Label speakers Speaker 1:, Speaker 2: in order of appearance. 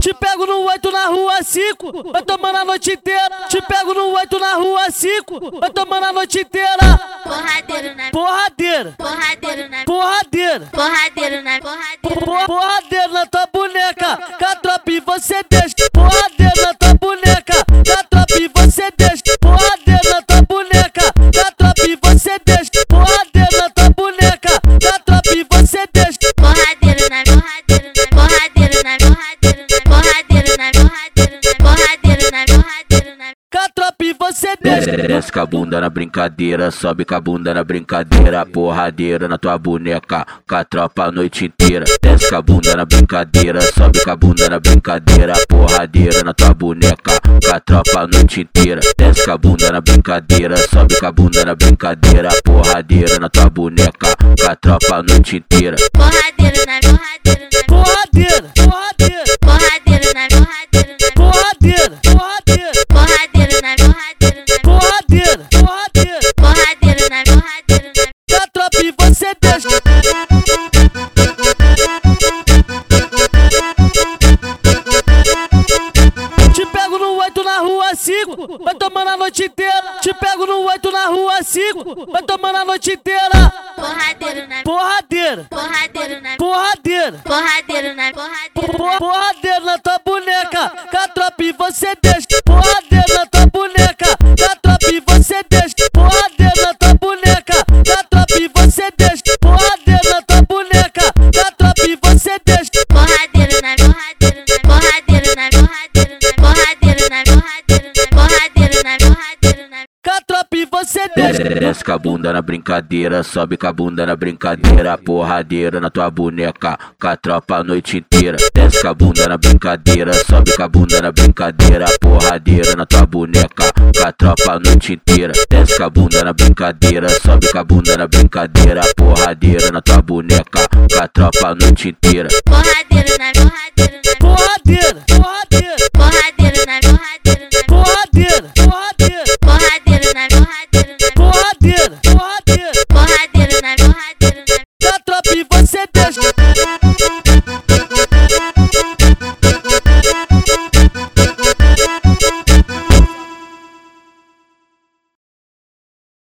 Speaker 1: Te pego no oito na rua 5, vai tomando a noite inteira. Te pego no oito na rua 5, vai tomando a noite inteira.
Speaker 2: Porradeiro na
Speaker 1: Porradeira,
Speaker 2: porradeiro na
Speaker 1: porradeira.
Speaker 2: porradeiro na porradeiro
Speaker 1: Por- Porradeira na tua boneca, catrope você deixa. Porradeira na tua boneca, catrope você deixa. Porradeira na tua boneca, catrope você deixa. Porradeira na tua boneca, catrope você deixa.
Speaker 2: porradeiro na porradeiro na porradeiro na porradeiro na porradeiro na porradeiro na porradeiro na porradeiro na
Speaker 1: Catrope você deixa.
Speaker 3: Desce com a bunda na brincadeira, sobe com a bunda na brincadeira, porradeira na tua boneca, com a tropa a noite inteira. Desce com a bunda na brincadeira, sobe com a bunda na brincadeira, porradeira na tua boneca, com a tropa a noite inteira. Desce com a bunda na brincadeira, sobe com a bunda na brincadeira, porradeira na tua boneca, com a tropa a noite inteira.
Speaker 2: porradeiro na porradeiro na
Speaker 1: Porradeira, porradeira,
Speaker 2: porradeiro na porradeiro na
Speaker 1: porradeira, porradeira,
Speaker 2: porradeiro na porradeiro na
Speaker 1: porradeira, porradeira.
Speaker 2: porradeiro na porradeiro na
Speaker 1: Catrope você deixa. Te pego no oito na rua 5, vai tomando a noite inteira. Te pego no oito na rua 5, vai tomando a noite inteira.
Speaker 2: porradeiro na
Speaker 1: Porradeira,
Speaker 2: porradeiro na
Speaker 1: porradeira.
Speaker 2: porradeiro na porradeiro
Speaker 1: Por- Porradeira na tua boneca, catrope você deixa. Porradeira na tua boneca, catrope você deixa. Porradeira na tua boneca, catrope você deixa. Porradeira na tua boneca, catrope você deixa.
Speaker 2: Porradeiro na porradeiro na porradeiro na porradeiro na porradeiro na porradeiro na porradeiro na porradeiro na
Speaker 1: Catrope você deixa.
Speaker 3: Desce com a bunda na brincadeira, sobe com a bunda na brincadeira, porradeira na tua boneca, com a tropa a noite inteira. Desce com a bunda na brincadeira, sobe com a bunda na brincadeira, porradeira na tua boneca, com a tropa a noite inteira. Desce com a bunda na brincadeira, sobe com a bunda na brincadeira, porradeira na tua boneca, com a tropa a noite inteira.
Speaker 2: porradeiro na